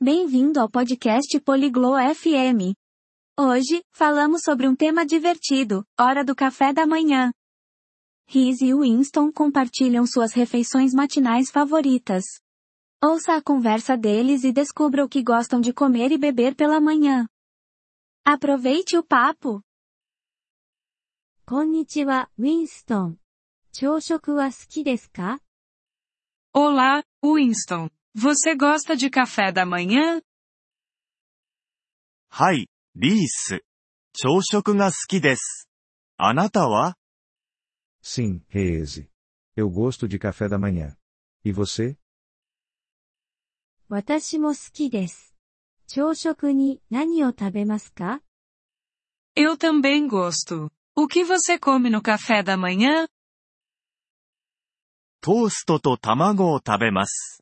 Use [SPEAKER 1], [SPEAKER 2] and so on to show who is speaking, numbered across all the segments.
[SPEAKER 1] Bem-vindo ao podcast Poliglo FM. Hoje, falamos sobre um tema divertido, hora do café da manhã. Riz e Winston compartilham suas refeições matinais favoritas. Ouça a conversa deles e descubra o que gostam de comer e beber pela manhã. Aproveite o papo!
[SPEAKER 2] こんにちは、ウィンストン。朝食は好きですか
[SPEAKER 3] Olá, Winston. Você gosta de café da manhã?
[SPEAKER 4] はい、リース。朝食が好きです。あなたは
[SPEAKER 5] Sim, Reese. Eu gosto de café da manhã. E você?
[SPEAKER 2] 私も好きです。朝食に何を食べますか
[SPEAKER 3] Eu também gosto. O que você come no café da manhã?
[SPEAKER 4] トーストと卵を食べます。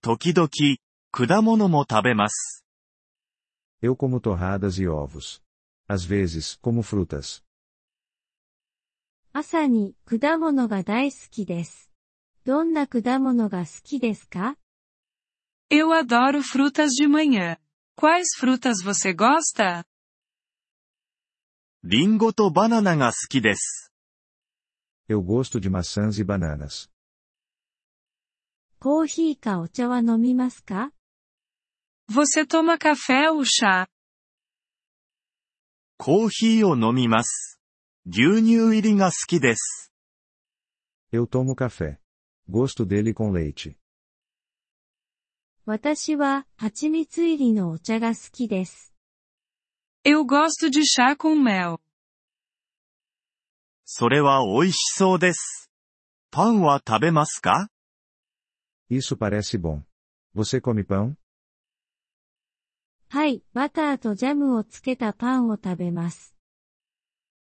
[SPEAKER 4] 時々、果物も食べます。
[SPEAKER 5] Eu como torradas e ovos. Às vezes, como frutas.
[SPEAKER 2] 朝に果物が大好きです。どんな果物が好きですか
[SPEAKER 3] Eu adoro frutas de manhã. Quais frutas você gosta?
[SPEAKER 4] リンゴとバナナが好きです。
[SPEAKER 5] Eu gosto de maçãs e bananas.
[SPEAKER 2] コーヒーかお茶は飲みますか
[SPEAKER 3] Você toma café ou chá?
[SPEAKER 4] コーヒーを飲みます。牛乳入りが好きです。
[SPEAKER 5] Eu tomo café. Gosto dele com leite.
[SPEAKER 2] 私は蜂蜜入りのお茶が好きです。
[SPEAKER 3] Eu gosto de chá com mel.
[SPEAKER 4] それは美味しそうです。パンは食べますか
[SPEAKER 5] Isso parece bom. Você come pão?
[SPEAKER 2] はい、バターとジャムをつけたパンを食べます。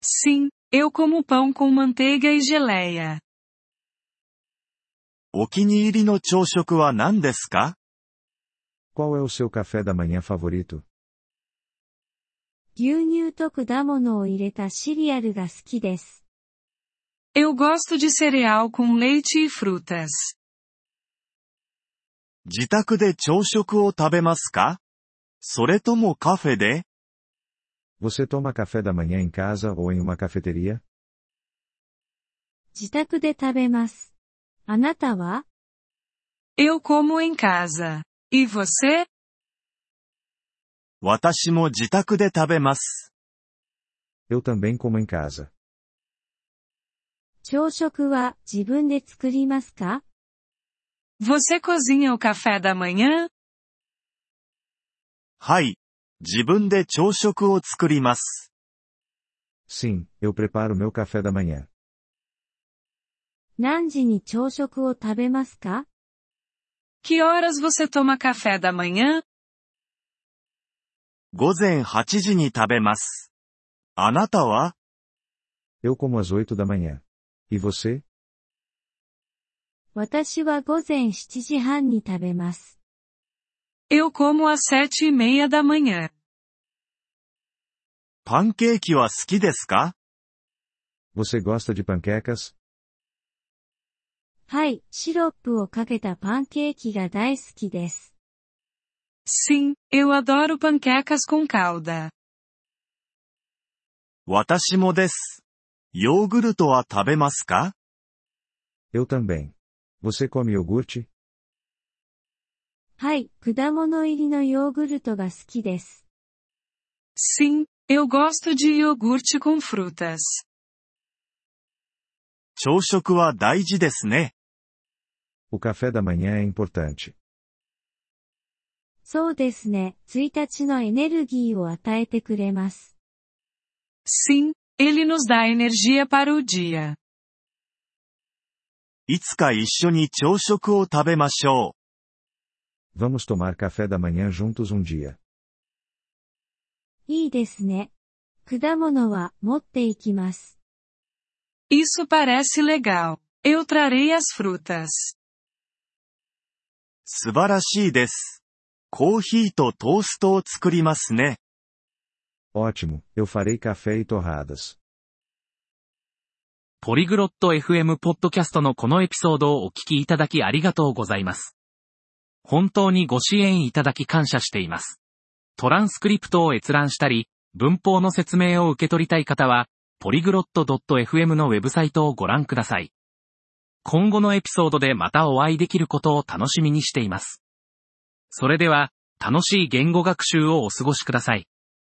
[SPEAKER 3] Sim, eu como pão com manteiga e geleia.
[SPEAKER 4] お気に入りの朝食は何ですか
[SPEAKER 5] Qual é o seu café da manhã favorito?
[SPEAKER 2] 牛乳と果物を入れたシリアルが好きです。
[SPEAKER 3] Eu gosto de cereal com leite e frutas.
[SPEAKER 4] 自宅で朝食を食べますかそれともカフェで
[SPEAKER 5] Você toma café da manhã em casa ou em uma cafeteria?
[SPEAKER 2] 自宅で食べます。あなたは
[SPEAKER 3] Eu como em casa. E você?
[SPEAKER 4] 私も自宅で食べます。
[SPEAKER 5] Eu também como em casa.
[SPEAKER 2] 朝食は自分で作りますか
[SPEAKER 3] Você cozinha o café da manhã?
[SPEAKER 4] はい。自分で朝食を作ります。
[SPEAKER 5] Sim, eu preparo meu café da manhã.
[SPEAKER 2] 何時に朝食を食べますか
[SPEAKER 3] Que horas você toma café da manhã?
[SPEAKER 4] 午前8時に食べます。あなたは
[SPEAKER 5] Eu como às oito da manhã. E você?
[SPEAKER 2] 私は午前7時半に食べます。
[SPEAKER 3] Eu como às sete e meia da manhã.
[SPEAKER 4] パンケーキは好きですか
[SPEAKER 5] Você gosta de panquecas?
[SPEAKER 2] はい、シロップをかけたパンケーキが大好きです。
[SPEAKER 3] Sim, eu adoro panquecas com calda.
[SPEAKER 4] 私もです。ヨーグルトは食べますか
[SPEAKER 5] Eu também. Você come iogurte?
[SPEAKER 2] はい、果物入りのヨーグルトが好きです。
[SPEAKER 3] Sim, eu gosto de iogurte com frutas.
[SPEAKER 4] 朝食は大事ですね。
[SPEAKER 5] O café da manhã é importante.
[SPEAKER 2] そうですね、1日のエネルギーを与えてくれます。
[SPEAKER 3] Sim, ele nos dá energia para o dia.
[SPEAKER 4] いつか一緒に朝食を食べましょ
[SPEAKER 5] Vamos tomar café da manhã juntos um dia.
[SPEAKER 2] いいですね。果物は持っていきます。
[SPEAKER 3] Isso parece legal. Eu trarei as frutas.
[SPEAKER 4] う。素晴らしいです。コーヒーとトーストを作りますね。
[SPEAKER 5] Ótimo, eu farei café e torradas.
[SPEAKER 6] ポリグロット FM ポッドキャストのこのエピソードをお聞きいただきありがとうございます。本当にご支援いただき感謝しています。トランスクリプトを閲覧したり、文法の説明を受け取りたい方は、polyglot.fm のウェブサイトをご覧ください。今後のエピソードでまたお会いできることを楽しみにしています。それでは、楽しい言語学習をお過ごしください。